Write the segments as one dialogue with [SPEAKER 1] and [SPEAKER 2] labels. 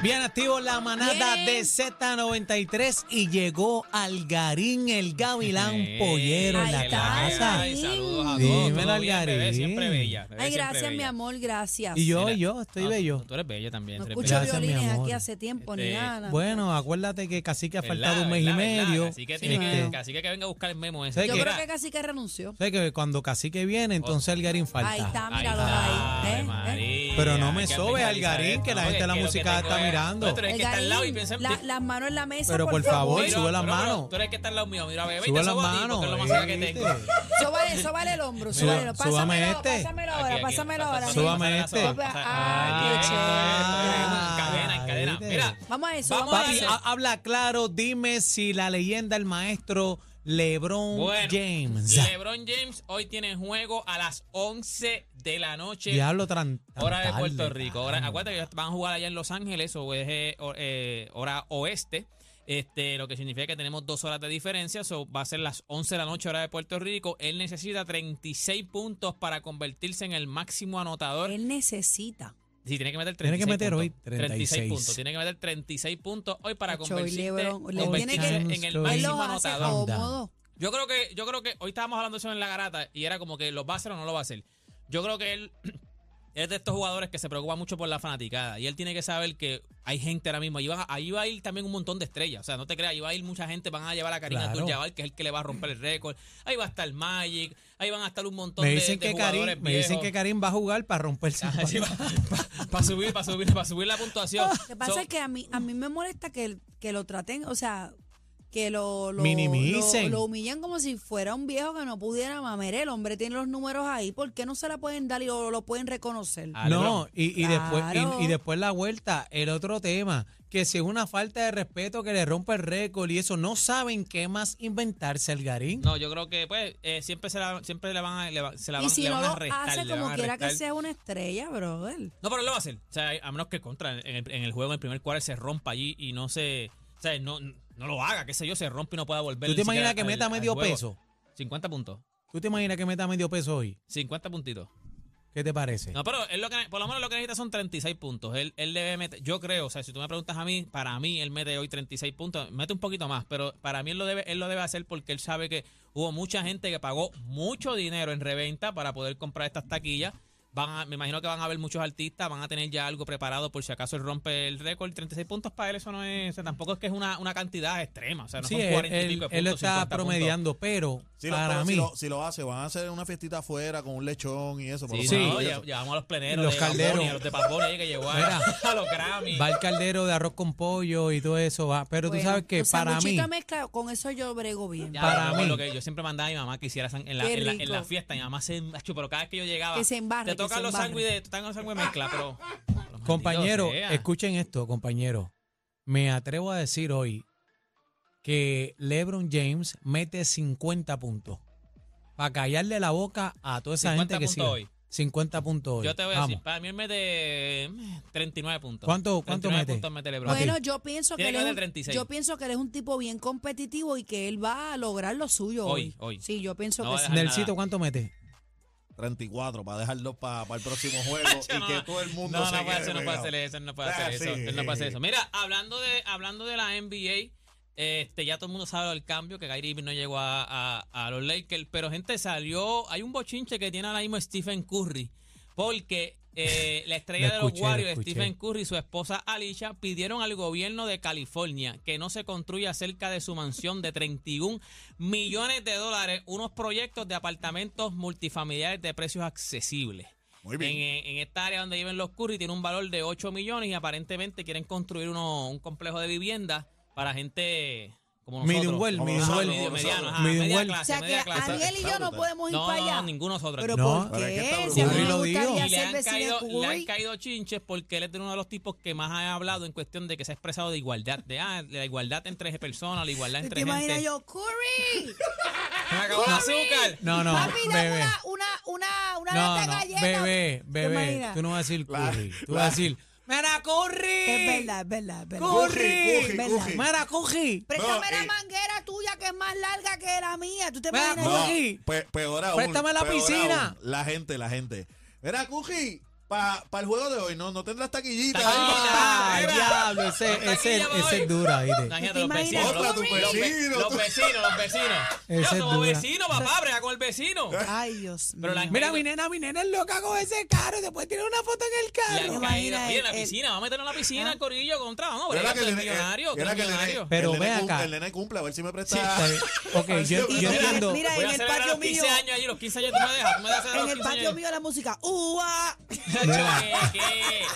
[SPEAKER 1] Bien activo la manada
[SPEAKER 2] Bien.
[SPEAKER 1] de Z93 y llegó Algarín, el gavilán pollero en la
[SPEAKER 2] Ahí está,
[SPEAKER 1] casa.
[SPEAKER 2] ahí.
[SPEAKER 3] Saludos a todos.
[SPEAKER 1] Dímelo,
[SPEAKER 3] Todo bien, bebé,
[SPEAKER 1] Algarín.
[SPEAKER 3] siempre bella. bebé,
[SPEAKER 2] Ay,
[SPEAKER 3] siempre
[SPEAKER 2] gracias, mi
[SPEAKER 3] bella.
[SPEAKER 2] amor, gracias.
[SPEAKER 1] Y yo,
[SPEAKER 3] Mira,
[SPEAKER 1] yo, estoy
[SPEAKER 3] no,
[SPEAKER 1] bello.
[SPEAKER 3] Tú, tú eres bella también.
[SPEAKER 2] no
[SPEAKER 3] tú eres
[SPEAKER 2] escucho
[SPEAKER 3] bella.
[SPEAKER 1] Gracias, mi
[SPEAKER 2] violines
[SPEAKER 1] amor.
[SPEAKER 2] aquí hace tiempo, ni
[SPEAKER 3] Este,
[SPEAKER 2] nada. nada.
[SPEAKER 1] Bueno, acuérdate que casi que ha
[SPEAKER 3] Verdad,
[SPEAKER 1] faltado un mes y
[SPEAKER 3] verdad, verdad.
[SPEAKER 1] medio.
[SPEAKER 3] Así que,
[SPEAKER 1] Este,
[SPEAKER 3] tiene que, así que que venga a buscar el memo ese.
[SPEAKER 1] Sí,
[SPEAKER 2] yo
[SPEAKER 1] que-
[SPEAKER 2] creo que casi que renunció.
[SPEAKER 1] sé que cuando Cacique viene, entonces Algarín falta.
[SPEAKER 2] Ahí está,
[SPEAKER 3] Ahí
[SPEAKER 2] míralo
[SPEAKER 3] está,
[SPEAKER 2] ahí.
[SPEAKER 3] Ave
[SPEAKER 2] ¿eh? ¿eh?
[SPEAKER 3] María,
[SPEAKER 1] Pero no me
[SPEAKER 3] hay que
[SPEAKER 1] sobe,
[SPEAKER 3] analizar
[SPEAKER 1] Algarín,
[SPEAKER 3] esto,
[SPEAKER 1] que la
[SPEAKER 3] ¿no?
[SPEAKER 1] gente de la
[SPEAKER 3] lo que
[SPEAKER 1] música
[SPEAKER 3] tengo
[SPEAKER 1] está
[SPEAKER 3] es-
[SPEAKER 1] mirando.
[SPEAKER 3] No, tú eres el que está al lado y
[SPEAKER 2] Algarín,
[SPEAKER 3] piensa en
[SPEAKER 2] la-
[SPEAKER 3] ti.
[SPEAKER 2] las manos en la mesa,
[SPEAKER 1] Pero, por favor,
[SPEAKER 3] Mira,
[SPEAKER 1] sube las
[SPEAKER 3] pero, pero,
[SPEAKER 1] manos.
[SPEAKER 3] Tú eres el que está al lado mío. Mira, bebé,
[SPEAKER 1] Sube
[SPEAKER 3] te
[SPEAKER 1] las
[SPEAKER 3] sobo a ti,
[SPEAKER 1] manos.
[SPEAKER 3] porque es lo más cerca que
[SPEAKER 1] ¿viste?
[SPEAKER 3] tengo.
[SPEAKER 2] Sóbale, sóbale el hombro,
[SPEAKER 1] Mira,
[SPEAKER 2] sóbale.
[SPEAKER 1] súbame
[SPEAKER 2] Pásamelo,
[SPEAKER 1] este.
[SPEAKER 2] pásamelo ahora,
[SPEAKER 3] Aquí, aquí,
[SPEAKER 2] pásamelo
[SPEAKER 3] pasa-
[SPEAKER 2] ahora.
[SPEAKER 3] pasa-
[SPEAKER 2] sí.
[SPEAKER 1] Súbame
[SPEAKER 3] pasa la
[SPEAKER 1] este.
[SPEAKER 3] soba, pasa-
[SPEAKER 2] Ah,
[SPEAKER 3] Aquí,
[SPEAKER 2] qué
[SPEAKER 3] esto, esto,
[SPEAKER 1] chévere.
[SPEAKER 3] esto, en cadena, en cadena.
[SPEAKER 1] Ahí
[SPEAKER 3] Mira,
[SPEAKER 2] Vamos a eso,
[SPEAKER 3] Vamos
[SPEAKER 2] vamos a
[SPEAKER 1] Papi,
[SPEAKER 3] Sí.
[SPEAKER 2] eso.
[SPEAKER 1] ha- habla claro, dime si la leyenda, el maestro LeBron
[SPEAKER 3] Bueno,
[SPEAKER 1] James.
[SPEAKER 3] LeBron James hoy tiene juego a las 11 de la noche.
[SPEAKER 1] Diablo tan, tan
[SPEAKER 3] Hora de
[SPEAKER 1] tarde,
[SPEAKER 3] Puerto Rico. Hora-
[SPEAKER 1] tan-
[SPEAKER 3] acuérdate que van a jugar allá en Los Ángeles o es eh, o- eh, hora oeste. Este, lo que significa que tenemos dos horas de diferencia. So, va a ser las 11 de la noche, hora de Puerto Rico. Él necesita 36 puntos para convertirse en el máximo anotador.
[SPEAKER 2] Él necesita.
[SPEAKER 3] Sí, tiene que meter 36
[SPEAKER 1] Tiene que meter
[SPEAKER 3] puntos.
[SPEAKER 1] hoy 36.
[SPEAKER 3] puntos. Tiene que meter 36 puntos hoy para
[SPEAKER 2] Ocho,
[SPEAKER 3] convertirse,
[SPEAKER 2] LeBron- LeBron tiene
[SPEAKER 3] convertirse
[SPEAKER 1] que-
[SPEAKER 3] en el
[SPEAKER 1] Él
[SPEAKER 2] Él
[SPEAKER 3] máximo
[SPEAKER 2] los hace
[SPEAKER 3] anotador.
[SPEAKER 1] Anda.
[SPEAKER 2] cómodo.
[SPEAKER 3] Yo creo que, yo creo que hoy estábamos hablando eso en la garata y era como que lo va a hacer o no lo va a hacer. Yo creo que él es de estos jugadores que se preocupa mucho por la fanaticada y él tiene que saber que hay gente ahora mismo. Ahí va, ahí va a ir también un montón de estrellas. O sea, no te creas, ahí va a ir mucha gente. Van a llevar a Karina
[SPEAKER 1] Claro.
[SPEAKER 3] Abdul-Jabbar, que es el que le va a romper el récord. Ahí va a estar Magic. Ahí van a estar un montón
[SPEAKER 1] Me
[SPEAKER 3] de-
[SPEAKER 1] dicen,
[SPEAKER 3] de,
[SPEAKER 1] que
[SPEAKER 3] jugadores
[SPEAKER 1] Karim, me dicen
[SPEAKER 3] viejos.
[SPEAKER 1] que Karim va a jugar para romperse. el
[SPEAKER 3] Así va, para subir, para subir, para subir la puntuación.
[SPEAKER 2] Lo que pasa
[SPEAKER 3] Oh, So,
[SPEAKER 2] es que a mí, a mí me molesta que, que lo traten, o sea, que lo, lo
[SPEAKER 1] Minimicen.
[SPEAKER 2] Lo, lo humillan como si fuera un viejo que no pudiera mamer. El hombre tiene los números ahí. ¿Por qué no se la pueden dar y lo, lo pueden reconocer?
[SPEAKER 3] Ah,
[SPEAKER 1] No, y, y después,
[SPEAKER 2] Claro.
[SPEAKER 1] y, y después la vuelta, el otro tema, que si es una falta de respeto que le rompe el récord y eso, no saben qué más inventarse el garín.
[SPEAKER 3] No, yo creo que pues eh, siempre se la, siempre le van a, le va- se la van,
[SPEAKER 2] y si
[SPEAKER 3] le
[SPEAKER 2] no
[SPEAKER 3] van a
[SPEAKER 2] lo
[SPEAKER 3] restar,
[SPEAKER 2] hace
[SPEAKER 3] le van
[SPEAKER 2] como
[SPEAKER 3] a
[SPEAKER 2] quiera que
[SPEAKER 3] restar.
[SPEAKER 2] sea una estrella, brother.
[SPEAKER 3] No, pero él lo va a hacer. O sea, a menos que contra en el, en el juego en el primer cuarto se rompa allí y no se, o sea, no, no lo haga, qué sé yo, se rompe y no pueda volver.
[SPEAKER 1] ¿Tú te
[SPEAKER 3] ni siquiera
[SPEAKER 1] imaginas que
[SPEAKER 3] al-
[SPEAKER 1] meta
[SPEAKER 3] al
[SPEAKER 1] medio
[SPEAKER 3] juego.
[SPEAKER 1] peso?
[SPEAKER 3] 50 puntos.
[SPEAKER 1] ¿Tú te imaginas que meta medio peso hoy?
[SPEAKER 3] 50 puntitos.
[SPEAKER 1] ¿Qué te parece?
[SPEAKER 3] No, pero él lo que, por lo menos lo que necesita son 36 puntos. Él, él debe meter, yo creo, o sea, si tú me preguntas a mí, para mí él mete hoy 36 puntos, mete un poquito más, pero para mí él lo debe, él lo debe hacer porque él sabe que hubo mucha gente que pagó mucho dinero en reventa para poder comprar estas taquillas. Van a- me imagino que van a haber muchos artistas, van a tener ya algo preparado por si acaso él rompe el récord. 36 puntos para él, eso no es, o sea, tampoco es que es una, una cantidad extrema, o sea, no
[SPEAKER 1] sí,
[SPEAKER 3] son
[SPEAKER 1] él,
[SPEAKER 3] 40 y pico de
[SPEAKER 1] él-
[SPEAKER 3] puntos,
[SPEAKER 1] él lo está
[SPEAKER 3] 50 puntos.
[SPEAKER 1] promediando, pero
[SPEAKER 4] Si lo,
[SPEAKER 1] para
[SPEAKER 4] pero
[SPEAKER 1] mí,
[SPEAKER 4] Si lo, si lo hace, van a hacer una fiestita afuera con un lechón y eso. por
[SPEAKER 3] Sí,
[SPEAKER 4] lo
[SPEAKER 1] Sí.
[SPEAKER 4] menos
[SPEAKER 3] no,
[SPEAKER 4] y
[SPEAKER 3] ya,
[SPEAKER 4] eso.
[SPEAKER 3] ya vamos a los pleneros,
[SPEAKER 1] Los
[SPEAKER 3] de Bad Bunny,
[SPEAKER 1] calderos.
[SPEAKER 3] a los de Papón, que llegó a,
[SPEAKER 1] Mira.
[SPEAKER 3] a los Grammy.
[SPEAKER 1] va el caldero de arroz con pollo y todo eso, va. pero tú sabes que para mí...
[SPEAKER 2] mezcla, con eso yo brego bien.
[SPEAKER 3] Ya,
[SPEAKER 1] Para
[SPEAKER 3] yo me
[SPEAKER 1] mí.
[SPEAKER 3] acuerdo que yo siempre mandaba a mi mamá que hiciera san- en la,
[SPEAKER 2] Qué
[SPEAKER 3] en la- en
[SPEAKER 2] rico.
[SPEAKER 3] la fiesta. Mi mamá se macho, pero cada vez que yo llegaba.
[SPEAKER 2] Que se embarre,
[SPEAKER 3] Te
[SPEAKER 2] que se
[SPEAKER 3] tocan los
[SPEAKER 2] embarre.
[SPEAKER 3] sándwiches, te tocan los sándwiches mezcla, pero. pero
[SPEAKER 1] Compañero,
[SPEAKER 3] maldito sea.
[SPEAKER 1] escuchen esto, compañero. Me atrevo a decir hoy que LeBron James mete 50 puntos para callarle la boca a toda esa
[SPEAKER 3] 50
[SPEAKER 1] gente que
[SPEAKER 3] puntos
[SPEAKER 1] sigue.
[SPEAKER 3] hoy.
[SPEAKER 1] 50 puntos hoy.
[SPEAKER 3] Yo te voy a
[SPEAKER 1] Vamos.
[SPEAKER 3] decir, para mí él mete eh, 39 puntos.
[SPEAKER 1] ¿Cuánto- cuánto
[SPEAKER 3] 39
[SPEAKER 1] mete?
[SPEAKER 3] puntos mete LeBron.
[SPEAKER 2] Bueno,
[SPEAKER 1] Ok.
[SPEAKER 2] yo pienso que, él
[SPEAKER 3] Tiene que
[SPEAKER 2] es
[SPEAKER 3] ganar
[SPEAKER 2] un-
[SPEAKER 3] 36.
[SPEAKER 2] yo pienso que él es un tipo bien competitivo y que él va a lograr lo suyo hoy.
[SPEAKER 3] Hoy, hoy.
[SPEAKER 2] Sí, yo pienso
[SPEAKER 3] No
[SPEAKER 2] que
[SPEAKER 3] va a
[SPEAKER 2] sí.
[SPEAKER 3] dejar
[SPEAKER 1] Nelsito,
[SPEAKER 3] nada.
[SPEAKER 1] ¿cuánto mete?
[SPEAKER 4] 34 para dejarlo para el próximo juego y
[SPEAKER 3] No,
[SPEAKER 4] que
[SPEAKER 3] no,
[SPEAKER 4] todo el mundo
[SPEAKER 3] no,
[SPEAKER 4] se
[SPEAKER 3] no puede
[SPEAKER 4] quede
[SPEAKER 3] hacer, no puede
[SPEAKER 4] pegado.
[SPEAKER 3] hacer eso, él no puede hacer
[SPEAKER 4] Ah,
[SPEAKER 3] eso,
[SPEAKER 4] sí.
[SPEAKER 3] él no puede hacer eso. Mira, hablando de, hablando de la NBA, este, ya todo el mundo sabe el cambio, que Kyrie Irving no llegó a, a- a los Lakers, pero gente salió, hay un bochinche que tiene ahora mismo Stephen Curry, porque eh, la estrella
[SPEAKER 1] Lo
[SPEAKER 3] de los
[SPEAKER 1] escuché, lo
[SPEAKER 3] Warriors,
[SPEAKER 1] escuché.
[SPEAKER 3] Stephen Curry y su esposa Alicia pidieron al gobierno de California que no se construya cerca de su mansión de 31 millones de dólares unos proyectos de apartamentos multifamiliares de precios accesibles.
[SPEAKER 4] Muy bien.
[SPEAKER 3] En, en esta área donde viven los Curry tiene un valor de 8 millones y aparentemente quieren construir uno, un complejo de vivienda para gente como nosotros.
[SPEAKER 1] Medium well,
[SPEAKER 3] Como
[SPEAKER 4] medium
[SPEAKER 3] nosotros,
[SPEAKER 4] well.
[SPEAKER 3] medio- mediano, ajá,
[SPEAKER 1] Medium
[SPEAKER 3] media
[SPEAKER 1] well.
[SPEAKER 2] O
[SPEAKER 3] clase,
[SPEAKER 2] sea que
[SPEAKER 3] media clase.
[SPEAKER 2] Ariel y yo no
[SPEAKER 4] Exacto.
[SPEAKER 2] podemos ir
[SPEAKER 3] No,
[SPEAKER 2] para
[SPEAKER 3] no,
[SPEAKER 2] allá.
[SPEAKER 3] ninguno de nosotros.
[SPEAKER 2] Pero
[SPEAKER 1] No.
[SPEAKER 2] ¿por
[SPEAKER 4] Pero es que
[SPEAKER 2] qué?
[SPEAKER 4] está
[SPEAKER 2] Si a mí
[SPEAKER 1] Curry
[SPEAKER 2] me
[SPEAKER 1] lo dijo.
[SPEAKER 2] gustaría
[SPEAKER 3] y le
[SPEAKER 2] ser
[SPEAKER 3] han,
[SPEAKER 2] vecino de
[SPEAKER 3] caído, le han
[SPEAKER 2] Curry.
[SPEAKER 3] caído chinches porque él es de uno de los tipos que más ha hablado en cuestión de que se ha expresado de igualdad, de ah, la igualdad entre personas, la igualdad
[SPEAKER 2] ¿Te
[SPEAKER 3] entre
[SPEAKER 2] imaginas
[SPEAKER 3] gente.
[SPEAKER 2] yo, Curry?
[SPEAKER 3] Me acabó el azúcar.
[SPEAKER 1] No, no,
[SPEAKER 2] Papi, dame
[SPEAKER 1] bebé.
[SPEAKER 2] una, una, una, una
[SPEAKER 1] No,
[SPEAKER 2] lata
[SPEAKER 1] no,
[SPEAKER 2] de galleta.
[SPEAKER 1] bebé,
[SPEAKER 2] ¿Te
[SPEAKER 1] bebé.
[SPEAKER 2] imaginas?
[SPEAKER 1] Tú no vas a decir
[SPEAKER 4] La-
[SPEAKER 1] Curry. Tú
[SPEAKER 4] la-
[SPEAKER 1] vas a decir ¡Mira, corre!
[SPEAKER 2] Es verdad, es verdad, es verdad.
[SPEAKER 1] ¡Corre!
[SPEAKER 4] Coge,
[SPEAKER 2] verdad.
[SPEAKER 4] coge.
[SPEAKER 1] ¡Mira, corre!
[SPEAKER 2] Préstame
[SPEAKER 4] No,
[SPEAKER 2] la
[SPEAKER 4] eh.
[SPEAKER 2] manguera tuya que es más larga que la mía. ¿Tú te
[SPEAKER 1] Mira,
[SPEAKER 2] imaginas?
[SPEAKER 4] No,
[SPEAKER 2] yo?
[SPEAKER 1] Cuji.
[SPEAKER 4] pe- peor aún.
[SPEAKER 1] Préstame la
[SPEAKER 4] peor
[SPEAKER 1] piscina.
[SPEAKER 4] aún. La gente, la gente. Mira, Cuji, para el juego de hoy, no, no tendrás taquillita. ¿eh?
[SPEAKER 3] Taquillita.
[SPEAKER 1] ¡Ah,
[SPEAKER 3] Mira.
[SPEAKER 1] diablo! Ese, ese,
[SPEAKER 3] Taquilla, voy.
[SPEAKER 1] ese es dura, ¿viste?
[SPEAKER 3] Imagínate, los
[SPEAKER 2] imaginas?
[SPEAKER 3] vecinos.
[SPEAKER 4] Otra,
[SPEAKER 3] los-
[SPEAKER 4] tu
[SPEAKER 3] los ve-
[SPEAKER 4] vecino,
[SPEAKER 3] Los
[SPEAKER 4] tú.
[SPEAKER 3] vecinos, los vecinos. Yo
[SPEAKER 1] Esa es
[SPEAKER 3] somos
[SPEAKER 1] dura.
[SPEAKER 3] vecinos, papá, brega con el vecino.
[SPEAKER 2] Ay, Dios mío.
[SPEAKER 3] Pero la-
[SPEAKER 1] Mira, mi nena, mi nena es loca con ese carro. y Después tiene una foto en el
[SPEAKER 3] La
[SPEAKER 1] carro.
[SPEAKER 2] imaginas
[SPEAKER 3] caída. Mira, en la
[SPEAKER 2] el-
[SPEAKER 3] piscina, vamos a meternos en la
[SPEAKER 2] ¿ah?
[SPEAKER 3] piscina, el corillo, contra. Vamos,
[SPEAKER 4] Era
[SPEAKER 3] brega,
[SPEAKER 4] que
[SPEAKER 3] tú eres
[SPEAKER 4] nene-
[SPEAKER 3] millonario, tú
[SPEAKER 4] era
[SPEAKER 3] eres
[SPEAKER 4] que eh, el nene-
[SPEAKER 3] millonario.
[SPEAKER 1] Pero
[SPEAKER 4] el nene
[SPEAKER 1] ve
[SPEAKER 4] cum-
[SPEAKER 1] acá.
[SPEAKER 4] El nene cumple, a ver si me presta.
[SPEAKER 1] está bien. Ok,
[SPEAKER 4] a ver si
[SPEAKER 1] yo-
[SPEAKER 4] me presta.
[SPEAKER 1] yo
[SPEAKER 2] Mira,
[SPEAKER 1] entiendo.
[SPEAKER 2] Mira,
[SPEAKER 3] Voy
[SPEAKER 2] en
[SPEAKER 3] a
[SPEAKER 2] el
[SPEAKER 3] celebrar
[SPEAKER 2] patio
[SPEAKER 3] los
[SPEAKER 2] mío.
[SPEAKER 3] 15 años allí, los 15 años tú me dejas, tú me dejas celebrar
[SPEAKER 2] En el
[SPEAKER 3] los 15
[SPEAKER 2] patio
[SPEAKER 3] años.
[SPEAKER 2] mío la música. ¡Ua!
[SPEAKER 3] Chacho, ¿qué, qué?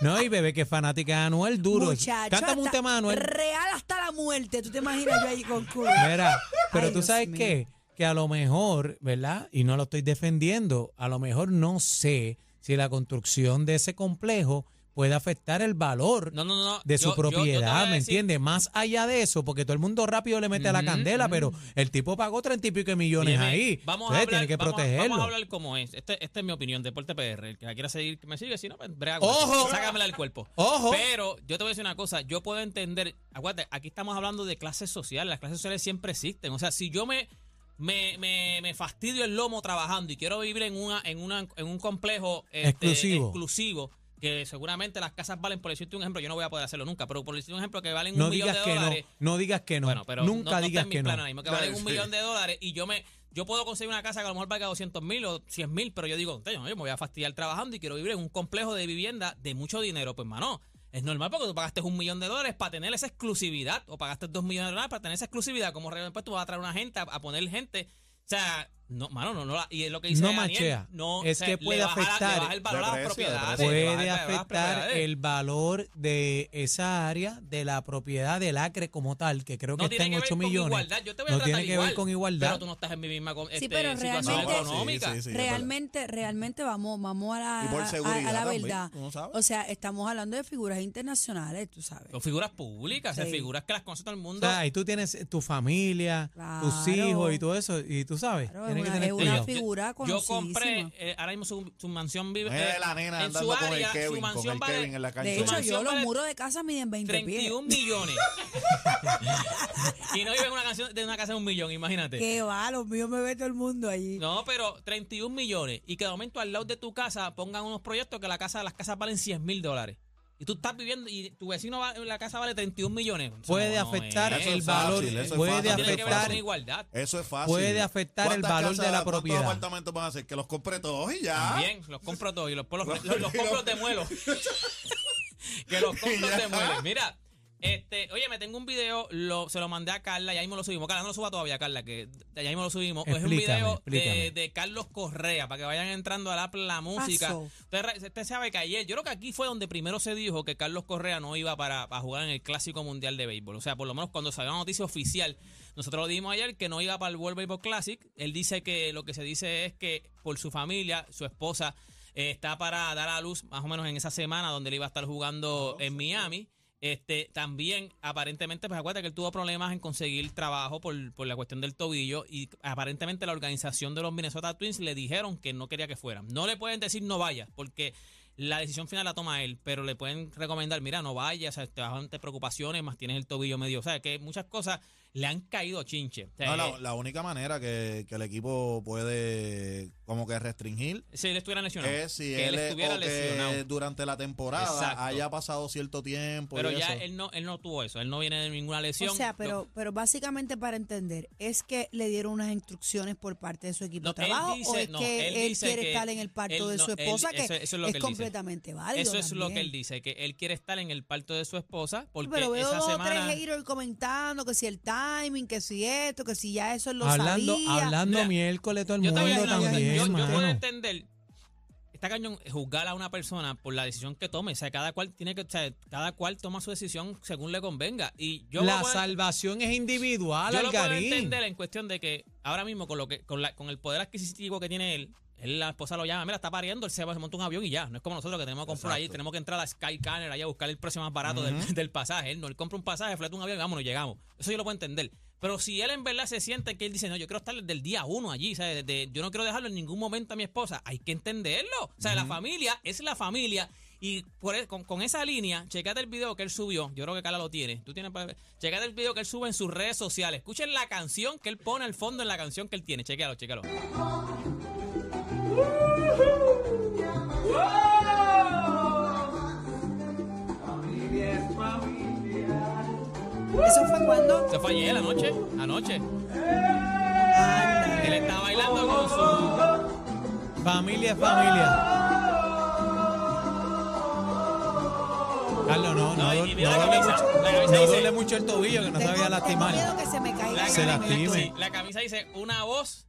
[SPEAKER 1] No, y bebé, que fanática de Anuel, duro.
[SPEAKER 2] Muchacho,
[SPEAKER 1] Cántame un
[SPEAKER 2] hasta-
[SPEAKER 1] tema de Anuel.
[SPEAKER 2] Real hasta la muerte. ¿Tú te imaginas yo ahí con culo?
[SPEAKER 1] Mira, pero
[SPEAKER 2] Ay,
[SPEAKER 1] tú
[SPEAKER 2] Dios
[SPEAKER 1] sabes
[SPEAKER 2] mío.
[SPEAKER 1] qué, que a lo mejor, ¿verdad? Y no lo estoy defendiendo, a lo mejor no sé si la construcción de ese complejo puede afectar el valor
[SPEAKER 3] No, no, no, no.
[SPEAKER 1] de
[SPEAKER 3] Yo-
[SPEAKER 1] su
[SPEAKER 3] yo- yo te voy a
[SPEAKER 1] propiedad, ¿me
[SPEAKER 3] decir-
[SPEAKER 1] entiendes? Más allá de eso, porque todo el mundo rápido le mete a la
[SPEAKER 3] Ujú,
[SPEAKER 1] candela, pero el tipo pagó treinta y pico de millones
[SPEAKER 3] Óyeme,
[SPEAKER 1] ahí.
[SPEAKER 3] Vamos
[SPEAKER 1] Entonces,
[SPEAKER 3] a hablar,
[SPEAKER 1] tiene que
[SPEAKER 3] vamos a-
[SPEAKER 1] protegerlo.
[SPEAKER 3] Vamos a hablar como es. Esta este es mi opinión, Deporte PR. El que la quiera seguir, que me sigue. Si no, pues, brega con
[SPEAKER 1] ¡Ojo!
[SPEAKER 3] eso. Sácamela del cuerpo.
[SPEAKER 1] Ojo.
[SPEAKER 3] Pero yo te voy a decir una cosa. Yo puedo entender. Aguante, aquí estamos hablando de clases sociales. Las clases sociales siempre existen. O sea, si yo me. Me, me, me fastidio el lomo trabajando y quiero vivir en una en una en un complejo este,
[SPEAKER 1] Exclusivo.
[SPEAKER 3] exclusivo, que seguramente las casas valen por decirte un ejemplo yo no voy a poder hacerlo nunca pero por decirte un ejemplo que valen
[SPEAKER 1] no
[SPEAKER 3] un millón
[SPEAKER 1] digas
[SPEAKER 3] de
[SPEAKER 1] que no,
[SPEAKER 3] dólares
[SPEAKER 1] no digas que no,
[SPEAKER 3] bueno, pero no-
[SPEAKER 1] nunca
[SPEAKER 3] no
[SPEAKER 1] digas
[SPEAKER 3] está en mis
[SPEAKER 1] que no.
[SPEAKER 3] planes ahora mismo, que
[SPEAKER 4] Claro,
[SPEAKER 3] valen un
[SPEAKER 4] sí.
[SPEAKER 3] millón de dólares y yo me yo puedo conseguir una casa que a lo mejor valga 200 mil o 100 mil, pero yo digo, "Coño, yo me voy a fastidiar trabajando y quiero vivir en un complejo de vivienda de mucho dinero. Pues, mano, es normal porque tú pagaste un millón de dólares para tener esa exclusividad o pagaste dos millones de dólares para tener esa exclusividad. Como rey pues tú vas a traer una gente a, a poner gente. O sea, no, mano, no, no. la- Y es lo que dice
[SPEAKER 1] No
[SPEAKER 3] Daniel,
[SPEAKER 1] machea.
[SPEAKER 3] no,
[SPEAKER 1] Es
[SPEAKER 3] o sea,
[SPEAKER 1] que
[SPEAKER 3] le
[SPEAKER 1] puede
[SPEAKER 3] baja la- le
[SPEAKER 1] afectar.
[SPEAKER 3] baja el valor a las
[SPEAKER 4] De precio, de
[SPEAKER 3] propiedades,
[SPEAKER 4] precio.
[SPEAKER 3] le baja
[SPEAKER 1] puede
[SPEAKER 3] el valor a las
[SPEAKER 1] afectar
[SPEAKER 3] propiedades.
[SPEAKER 1] el valor de esa área de la propiedad del acre como tal, que creo que
[SPEAKER 3] no
[SPEAKER 1] está
[SPEAKER 3] tiene
[SPEAKER 1] en
[SPEAKER 3] que ver
[SPEAKER 1] 8
[SPEAKER 3] con
[SPEAKER 1] millones.
[SPEAKER 3] igualdad. Yo te voy a
[SPEAKER 1] No
[SPEAKER 3] tratar
[SPEAKER 1] tiene que
[SPEAKER 3] igual,
[SPEAKER 1] ver con igualdad.
[SPEAKER 3] Pero tú no estás en mi misma con- este,
[SPEAKER 2] pero
[SPEAKER 3] situación
[SPEAKER 2] realmente-
[SPEAKER 3] económica.
[SPEAKER 4] Sí, sí, sí, es verdad.
[SPEAKER 2] realmente, realmente vamos, vamos a la,
[SPEAKER 4] Y por
[SPEAKER 2] a- a-
[SPEAKER 4] seguridad
[SPEAKER 2] a la
[SPEAKER 4] también,
[SPEAKER 2] verdad.
[SPEAKER 4] tú no sabes.
[SPEAKER 2] O sea, estamos hablando de figuras internacionales, tú sabes.
[SPEAKER 3] Son figuras públicas, o sea,
[SPEAKER 2] Sí.
[SPEAKER 3] figuras que las conoce todo el
[SPEAKER 1] O
[SPEAKER 3] mundo.
[SPEAKER 1] sea, ahí tú tienes tu familia, tus
[SPEAKER 2] Claro.
[SPEAKER 1] hijos y todo eso, y tú sabes,
[SPEAKER 2] Claro,
[SPEAKER 1] tienes que
[SPEAKER 2] es una-
[SPEAKER 1] tener
[SPEAKER 2] es
[SPEAKER 1] cuidado.
[SPEAKER 2] una figura
[SPEAKER 3] yo compré,
[SPEAKER 2] conocidísima.
[SPEAKER 3] eh, ahora mismo su, su mansión vive
[SPEAKER 4] Mira
[SPEAKER 3] eh,
[SPEAKER 4] la nena
[SPEAKER 3] en su
[SPEAKER 4] andando con
[SPEAKER 3] área,
[SPEAKER 4] el Kevin,
[SPEAKER 3] su
[SPEAKER 4] con
[SPEAKER 3] mansión
[SPEAKER 4] el
[SPEAKER 3] vale
[SPEAKER 4] Kevin en la
[SPEAKER 2] De
[SPEAKER 4] cancha.
[SPEAKER 2] hecho, yo
[SPEAKER 3] mansión
[SPEAKER 2] los
[SPEAKER 3] vale
[SPEAKER 2] muros de casa miden 20 pies.
[SPEAKER 3] 31 millones. y no vive en una, canción, de una casa de un millón, imagínate.
[SPEAKER 2] Qué va, los míos me ve todo el mundo allí.
[SPEAKER 3] No, pero 31 millones y que de momento al lado de tu casa pongan unos proyectos que la casa, las casas valen 100 mil dólares. Y tú estás viviendo y tu vecino, va- la casa vale 31 millones. Eso
[SPEAKER 1] Puede
[SPEAKER 3] no, no
[SPEAKER 1] afectar
[SPEAKER 3] es.
[SPEAKER 4] eso
[SPEAKER 1] el
[SPEAKER 4] es
[SPEAKER 1] valor,
[SPEAKER 4] fácil, eso es
[SPEAKER 1] puede
[SPEAKER 4] fácil.
[SPEAKER 3] Tiene que ver
[SPEAKER 1] afectar
[SPEAKER 3] con igualdad.
[SPEAKER 4] Eso es fácil.
[SPEAKER 1] Puede afectar el
[SPEAKER 4] ¿Cuántas
[SPEAKER 1] valor de la
[SPEAKER 4] cuántos
[SPEAKER 1] propiedad?
[SPEAKER 4] apartamentos van a hacer? Que los compre todos y ya.
[SPEAKER 3] Bien, los compro todos y los, los, los, los compro los demuelo. que los compro los demuelo. Mira, este, oye, me tengo un video, lo, se lo mandé a Carla, ya mismo lo subimos. Carla, no lo suba todavía, Carla, que ya mismo lo subimos.
[SPEAKER 1] Explícame,
[SPEAKER 3] es un video
[SPEAKER 1] explícame.
[SPEAKER 3] de, de Carlos Correa, para que vayan entrando a la, la música.
[SPEAKER 2] Paso.
[SPEAKER 3] Usted, re- usted sabe que ayer, yo creo que aquí fue donde primero se dijo que Carlos Correa no iba para, para jugar en el Clásico Mundial de Béisbol. O sea, por lo menos cuando salió la noticia oficial, nosotros lo dijimos ayer que no iba para el World Baseball Classic. Él dice que lo que se dice es que por su familia, su esposa eh, está para dar a luz más o menos en esa semana donde él iba a estar jugando
[SPEAKER 4] Ah,
[SPEAKER 3] en Miami. Este, también, aparentemente, pues acuérdate que él tuvo problemas en conseguir trabajo por, por la cuestión del tobillo y aparentemente la organización de los Minnesota Twins le dijeron que no quería que fueran. No le pueden decir no vayas porque la decisión final la toma él, pero le pueden recomendar, mira, no vayas, o sea, te vas a ante preocupaciones, más tienes el tobillo medio, o sea, que muchas cosas le han caído chinche. O sea,
[SPEAKER 4] No,
[SPEAKER 3] eh,
[SPEAKER 4] la, la única manera que, que el equipo puede como que restringir
[SPEAKER 3] si él estuviera lesionado.
[SPEAKER 4] es eh, si
[SPEAKER 3] que
[SPEAKER 4] él,
[SPEAKER 3] él
[SPEAKER 4] es-
[SPEAKER 3] estuviera
[SPEAKER 4] o que
[SPEAKER 3] lesionado.
[SPEAKER 4] durante la temporada
[SPEAKER 3] Exacto.
[SPEAKER 4] haya pasado cierto tiempo.
[SPEAKER 3] Pero
[SPEAKER 4] y
[SPEAKER 3] ya
[SPEAKER 4] eso.
[SPEAKER 3] él no, él no tuvo eso, él no viene de ninguna lesión.
[SPEAKER 2] O sea,
[SPEAKER 3] Lo-
[SPEAKER 2] pero, pero básicamente para entender, ¿es que le dieron unas instrucciones por parte de su equipo
[SPEAKER 3] No,
[SPEAKER 2] de trabajo
[SPEAKER 3] él dice-
[SPEAKER 2] o es
[SPEAKER 3] no,
[SPEAKER 2] que
[SPEAKER 3] él
[SPEAKER 2] él,
[SPEAKER 3] dice
[SPEAKER 2] quiere
[SPEAKER 3] que
[SPEAKER 2] estar en el parto
[SPEAKER 3] él
[SPEAKER 2] de
[SPEAKER 3] no-
[SPEAKER 2] su
[SPEAKER 3] él-
[SPEAKER 2] esposa que
[SPEAKER 3] eso- eso
[SPEAKER 2] es,
[SPEAKER 3] es lo que él dice.
[SPEAKER 2] completamente válido?
[SPEAKER 3] Eso es lo que
[SPEAKER 2] también?
[SPEAKER 3] él dice, que él quiere estar en el parto de su esposa porque
[SPEAKER 2] Pero veo
[SPEAKER 3] esa
[SPEAKER 2] dos o tres
[SPEAKER 3] semana...
[SPEAKER 2] haters comentando que si el timing, que si esto, que si ya eso él lo
[SPEAKER 1] hablando,
[SPEAKER 2] sabía.
[SPEAKER 1] hablando
[SPEAKER 3] Mira,
[SPEAKER 1] miércoles todo el
[SPEAKER 3] Yo te
[SPEAKER 1] mundo
[SPEAKER 3] voy a decir una cosa,
[SPEAKER 1] también,
[SPEAKER 3] yo- yo, puedo
[SPEAKER 1] mano.
[SPEAKER 3] entender. Está cañón juzgar a una persona por la decisión que tome. O sea, cada cual tiene que, o sea, cada cual toma su decisión según le convenga. Y yo
[SPEAKER 1] la
[SPEAKER 3] lo puedo-
[SPEAKER 1] salvación es individual,
[SPEAKER 3] yo lo puedo
[SPEAKER 1] Algarín.
[SPEAKER 3] entender en cuestión de que ahora mismo con lo que, con, la- con el poder adquisitivo que tiene él, él, la esposa lo llama, mira, está pariendo, él se, va, se monta un avión y ya. No es como nosotros que tenemos que comprar ahí,
[SPEAKER 4] Exacto.
[SPEAKER 3] tenemos que entrar a Sky Scanner ahí a buscar el precio más barato del, del pasaje. Él no, él compra un pasaje, fleta un avión y vámonos, llegamos. Eso yo lo puedo entender. Pero si él en verdad se siente que él dice, no, yo quiero estar desde el día uno allí, ¿sabes? Desde- yo no quiero dejarlo en ningún momento a mi esposa, hay que entenderlo. O sea, la familia es la familia Y por e- con, con esa línea, checate el video que él subió. Yo creo que Carla lo tiene. Tú tienes para- Checate el video que él sube en sus redes sociales. Escuchen la canción que él pone al fondo en la canción que él tiene. Chequéalo, chequéalo.
[SPEAKER 2] ¿Eso fue cuando?
[SPEAKER 3] Se fue ayer, anoche. Anoche. Él está bailando con su.
[SPEAKER 1] Familia, familia. Carlos, no, no,
[SPEAKER 3] No, y
[SPEAKER 1] dol-
[SPEAKER 3] mira
[SPEAKER 1] no
[SPEAKER 3] la
[SPEAKER 1] duele
[SPEAKER 3] camisa,
[SPEAKER 1] mucho,
[SPEAKER 3] la camisa
[SPEAKER 1] no
[SPEAKER 3] dice-
[SPEAKER 1] duele mucho el tobillo que no
[SPEAKER 2] Tengo-
[SPEAKER 1] sabía
[SPEAKER 2] Tengo
[SPEAKER 1] lastimar.
[SPEAKER 2] miedo que se me caiga.
[SPEAKER 3] La,
[SPEAKER 1] Se
[SPEAKER 3] camisa-
[SPEAKER 1] lastime.
[SPEAKER 3] sí, la camisa dice una voz,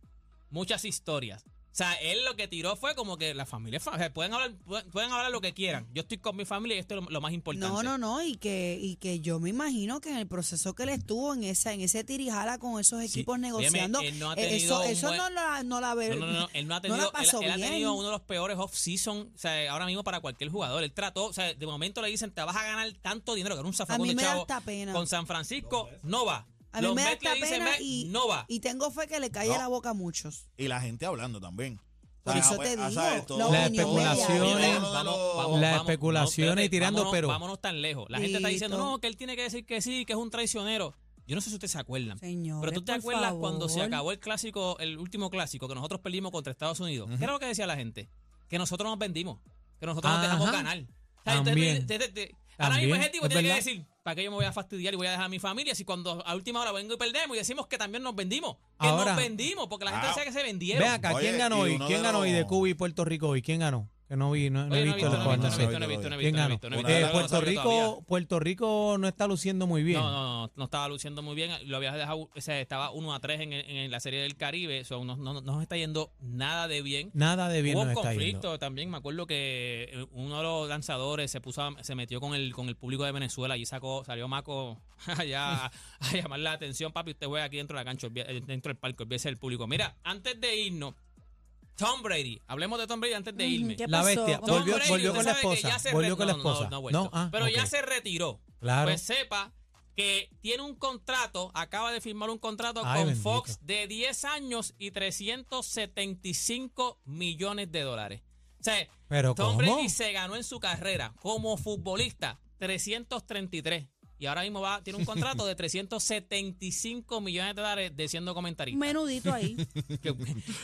[SPEAKER 3] muchas historias. O sea, él lo que tiró fue como que la familia es fa- o sea, pueden hablar, pueden, pueden hablar lo que quieran. Yo estoy con mi familia y esto es lo, lo más importante.
[SPEAKER 2] No, no, no, y que, y que yo me imagino que en el proceso que él estuvo en esa, en ese tirijala con esos equipos
[SPEAKER 3] Óyeme,
[SPEAKER 2] negociando,
[SPEAKER 3] él no ha
[SPEAKER 2] eh, eso,
[SPEAKER 3] tenido un
[SPEAKER 2] eso
[SPEAKER 3] buen-
[SPEAKER 2] no la, no la ve-
[SPEAKER 3] No, no, no, él no ha tenido,
[SPEAKER 2] la
[SPEAKER 3] él-
[SPEAKER 2] pasó
[SPEAKER 3] él, ha
[SPEAKER 2] bien.
[SPEAKER 3] tenido uno de los peores off-season, o sea, ahora mismo para cualquier jugador. Él trató, o sea, de momento le dicen, te vas a ganar tanto dinero, que era un
[SPEAKER 2] a
[SPEAKER 3] zafacón
[SPEAKER 2] mí
[SPEAKER 3] de
[SPEAKER 2] me da
[SPEAKER 3] chavo.
[SPEAKER 2] hasta pena.
[SPEAKER 3] Con San Francisco, no va.
[SPEAKER 2] A mí
[SPEAKER 3] Los
[SPEAKER 2] me da
[SPEAKER 3] Mets le
[SPEAKER 2] hasta
[SPEAKER 3] dicen,
[SPEAKER 2] pena
[SPEAKER 3] "Mets,
[SPEAKER 2] y,
[SPEAKER 3] no va.
[SPEAKER 2] y tengo fe que le calle
[SPEAKER 4] No.
[SPEAKER 2] la boca a muchos.
[SPEAKER 4] Y la gente hablando también.
[SPEAKER 2] Por eso te
[SPEAKER 4] pues, ah,
[SPEAKER 2] digo,
[SPEAKER 4] sabes, todo-
[SPEAKER 2] la
[SPEAKER 4] todo-
[SPEAKER 1] opinión de allá.
[SPEAKER 4] todo lo de
[SPEAKER 3] Vamos,
[SPEAKER 4] los-
[SPEAKER 3] vamos,
[SPEAKER 1] Las
[SPEAKER 3] vamos.
[SPEAKER 1] especulaciones
[SPEAKER 3] espérate,
[SPEAKER 1] y tirando,
[SPEAKER 3] vámonos-
[SPEAKER 1] pero-
[SPEAKER 3] Vámonos tan lejos. La gente está diciendo,
[SPEAKER 2] Listo.
[SPEAKER 3] no, que él tiene que decir que sí, que es un traicionero. Yo no sé si ustedes se acuerdan.
[SPEAKER 2] Señores,
[SPEAKER 3] Pero tú te
[SPEAKER 2] por
[SPEAKER 3] acuerdas cuando se
[SPEAKER 2] favor.
[SPEAKER 3] acabó el clásico, el último clásico que nosotros perdimos contra Estados Unidos. ¿Qué era lo que decía la gente? Que nosotros nos vendimos, que nosotros nos dejamos
[SPEAKER 1] Ajá.
[SPEAKER 3] ganar. O sea, entonces,
[SPEAKER 1] También.
[SPEAKER 3] de- de- de- Ahora mismo
[SPEAKER 1] También,
[SPEAKER 3] ese tipo
[SPEAKER 1] es
[SPEAKER 3] tiene que
[SPEAKER 1] verdad.
[SPEAKER 3] decir, ¿para qué yo me voy a fastidiar y voy a dejar a mi familia si cuando a última hora vengo y perdemos y decimos que también nos vendimos? Que
[SPEAKER 1] Ahora.
[SPEAKER 3] nos vendimos, porque la gente
[SPEAKER 4] Ah.
[SPEAKER 3] decía que se vendieron.
[SPEAKER 1] Ve acá, ¿quién
[SPEAKER 4] Oye,
[SPEAKER 1] ganó
[SPEAKER 4] y
[SPEAKER 1] hoy?
[SPEAKER 4] uno
[SPEAKER 1] ¿Quién
[SPEAKER 4] de
[SPEAKER 1] ganó hoy de
[SPEAKER 4] los-
[SPEAKER 1] Cuba y Puerto Rico hoy? ¿Quién ganó? Que no vi, no, no
[SPEAKER 3] Oye,
[SPEAKER 1] he
[SPEAKER 3] no he
[SPEAKER 1] visto
[SPEAKER 3] visto,
[SPEAKER 1] los
[SPEAKER 3] no he
[SPEAKER 1] cuadros, no
[SPEAKER 3] visto, no he
[SPEAKER 1] sé.
[SPEAKER 3] visto, no he visto, no he
[SPEAKER 1] ¿Quién
[SPEAKER 3] visto, no he
[SPEAKER 1] ganó?
[SPEAKER 3] visto, no he
[SPEAKER 4] Eh,
[SPEAKER 3] visto, no he
[SPEAKER 1] Puerto
[SPEAKER 3] visto todavía.
[SPEAKER 1] Rico, Puerto Rico no está luciendo muy bien.
[SPEAKER 3] No, no, no, no estaba luciendo muy bien. Lo habías dejado, o sea, estaba 1 a 3 en, el- en la serie del Caribe. O sea, no, no, no nos está yendo nada de bien.
[SPEAKER 1] Nada de bien
[SPEAKER 3] Hubo
[SPEAKER 1] nos
[SPEAKER 3] un
[SPEAKER 1] está
[SPEAKER 3] conflicto
[SPEAKER 1] yendo.
[SPEAKER 3] también. Me acuerdo que eh, uno de los lanzadores se puso a- se metió con el con el público de Venezuela y sacó, salió Maco allá a, a llamar la atención, papi. Usted juega aquí dentro de la cancha, olvide- eh, dentro del palco, olvídese del público. Mira, antes de irnos, Tom Brady, hablemos de Tom Brady antes de
[SPEAKER 2] Ujú,
[SPEAKER 3] irme.
[SPEAKER 2] ¿qué
[SPEAKER 1] La
[SPEAKER 2] pasó?
[SPEAKER 1] bestia
[SPEAKER 2] Vamos a
[SPEAKER 1] volvió,
[SPEAKER 2] ver.
[SPEAKER 3] Tom
[SPEAKER 1] volvió
[SPEAKER 3] Brady,
[SPEAKER 1] con
[SPEAKER 3] usted
[SPEAKER 1] la
[SPEAKER 3] sabe que
[SPEAKER 1] esposa.
[SPEAKER 3] ya se
[SPEAKER 1] Volvió
[SPEAKER 3] re-
[SPEAKER 1] con la
[SPEAKER 3] no, no, no,
[SPEAKER 1] esposa.
[SPEAKER 3] no ha vuelto.
[SPEAKER 1] ah,
[SPEAKER 3] pero ya
[SPEAKER 1] ok.
[SPEAKER 3] se retiró.
[SPEAKER 1] Claro.
[SPEAKER 3] Pues sepa que tiene un contrato, acaba de firmar un contrato
[SPEAKER 1] Ay,
[SPEAKER 3] con
[SPEAKER 1] bendito.
[SPEAKER 3] Fox de 10 años y 375 millones de dólares. O sea,
[SPEAKER 1] Pero
[SPEAKER 3] Tom
[SPEAKER 1] ¿cómo?
[SPEAKER 3] Brady se ganó en su carrera como futbolista 333 y ahora mismo va tiene un contrato de 375 millones de dólares de siendo comentarista.
[SPEAKER 2] Menudito ahí.
[SPEAKER 3] Que-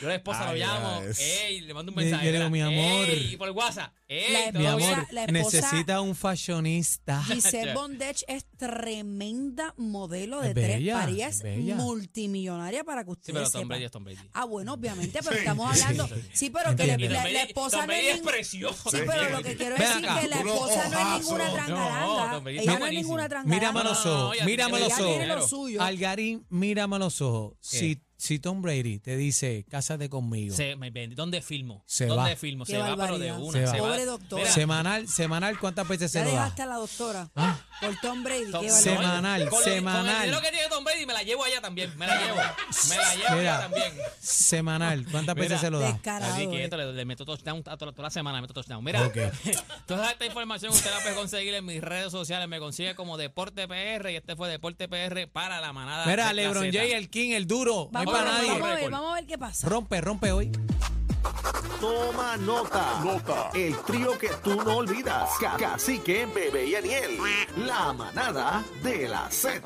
[SPEAKER 3] yo a la esposa lo
[SPEAKER 4] Ay,
[SPEAKER 3] llamo,
[SPEAKER 4] ay, es-
[SPEAKER 3] ey, le mando un
[SPEAKER 1] Yo- yo
[SPEAKER 3] mensaje.
[SPEAKER 1] le digo,
[SPEAKER 3] mira,
[SPEAKER 1] mi amor.
[SPEAKER 3] ey, por WhatsApp, ey,
[SPEAKER 2] La
[SPEAKER 3] ¿todo
[SPEAKER 1] Mi
[SPEAKER 2] esposa-
[SPEAKER 3] bien?
[SPEAKER 1] amor,
[SPEAKER 2] la esposa-
[SPEAKER 1] necesita un fashionista.
[SPEAKER 2] Giselle Bondech es tremenda modelo de
[SPEAKER 1] Es
[SPEAKER 2] tres
[SPEAKER 1] bella,
[SPEAKER 2] parías,
[SPEAKER 1] es bella.
[SPEAKER 2] multimillonaria para que
[SPEAKER 3] Sí,
[SPEAKER 2] ustedes
[SPEAKER 3] pero Tom
[SPEAKER 2] sepan.
[SPEAKER 3] Brady es Tom Brady.
[SPEAKER 2] Ah, bueno, obviamente, pero estamos hablando. Sí, pero que la,
[SPEAKER 1] Entiendo.
[SPEAKER 2] la-
[SPEAKER 3] Tom
[SPEAKER 2] la
[SPEAKER 3] Brady-
[SPEAKER 2] esposa
[SPEAKER 3] Tom
[SPEAKER 2] no es
[SPEAKER 3] Brady es
[SPEAKER 2] nin-
[SPEAKER 3] precioso.
[SPEAKER 2] Sí, pero lo que quiero
[SPEAKER 1] Ven
[SPEAKER 2] decir
[SPEAKER 1] acá.
[SPEAKER 2] que la
[SPEAKER 4] Unos
[SPEAKER 2] esposa no es
[SPEAKER 4] ojazos.
[SPEAKER 2] ninguna
[SPEAKER 4] No,
[SPEAKER 2] trangalanga.
[SPEAKER 3] Tom Brady está
[SPEAKER 2] ella no es
[SPEAKER 3] buenísimo.
[SPEAKER 2] ninguna trangalanga.
[SPEAKER 1] Mírame a los
[SPEAKER 3] No, no, no,
[SPEAKER 1] ojos,
[SPEAKER 3] ella
[SPEAKER 1] mírame a
[SPEAKER 3] tiene-
[SPEAKER 1] los
[SPEAKER 3] ella tiene lo
[SPEAKER 1] ojos.
[SPEAKER 2] suyo.
[SPEAKER 1] Algarín, mírame a los ojos. Si, si Tom Brady te dice, cásate conmigo.
[SPEAKER 3] Se, me vendí. ¿Dónde filmo?
[SPEAKER 1] Se
[SPEAKER 3] ¿Dónde
[SPEAKER 1] va.
[SPEAKER 3] filmo?
[SPEAKER 2] Qué
[SPEAKER 3] Se va, pero de
[SPEAKER 2] barbaridad.
[SPEAKER 3] una.
[SPEAKER 1] Se va.
[SPEAKER 2] Pobre doctora.
[SPEAKER 3] Mira,
[SPEAKER 1] Semanal, semanal, ¿cuántas veces
[SPEAKER 2] Ya
[SPEAKER 1] se lo da?
[SPEAKER 2] dejaste a la doctora.
[SPEAKER 1] Ah.
[SPEAKER 2] Por Tom Brady.
[SPEAKER 3] Tom-
[SPEAKER 2] qué
[SPEAKER 3] no,
[SPEAKER 2] barbaridad.
[SPEAKER 1] Semanal,
[SPEAKER 3] con el- Con el
[SPEAKER 1] semanal.
[SPEAKER 3] dinero que tiene Tom Brady me la llevo allá también. Me la llevo. Me la llevo allá
[SPEAKER 1] Mira,
[SPEAKER 3] también.
[SPEAKER 1] semanal, ¿cuántas
[SPEAKER 3] Mira,
[SPEAKER 1] veces se lo da?
[SPEAKER 2] descarado,
[SPEAKER 3] Así que
[SPEAKER 2] eh.
[SPEAKER 3] esto le, le meto touchdown a toda, toda la semana, meto touchdown. Mira,
[SPEAKER 1] Ok.
[SPEAKER 3] toda esta información usted la puede conseguir en mis redes sociales. Me consigue como Deporte PR y este fue Deporte PR para la manada.
[SPEAKER 1] Mira,
[SPEAKER 3] de la
[SPEAKER 1] LeBron
[SPEAKER 3] Z.
[SPEAKER 1] James, el King, el duro. No hay
[SPEAKER 2] Vamos,
[SPEAKER 1] para
[SPEAKER 2] a ver,
[SPEAKER 1] nadie.
[SPEAKER 2] vamos a ver,
[SPEAKER 3] Récord.
[SPEAKER 2] vamos a ver qué pasa.
[SPEAKER 1] Rompe, rompe hoy.
[SPEAKER 5] Toma nota. Nota. El trío que tú no olvidas. Ca- Cacique, bebé y Aniel. La manada de la Z.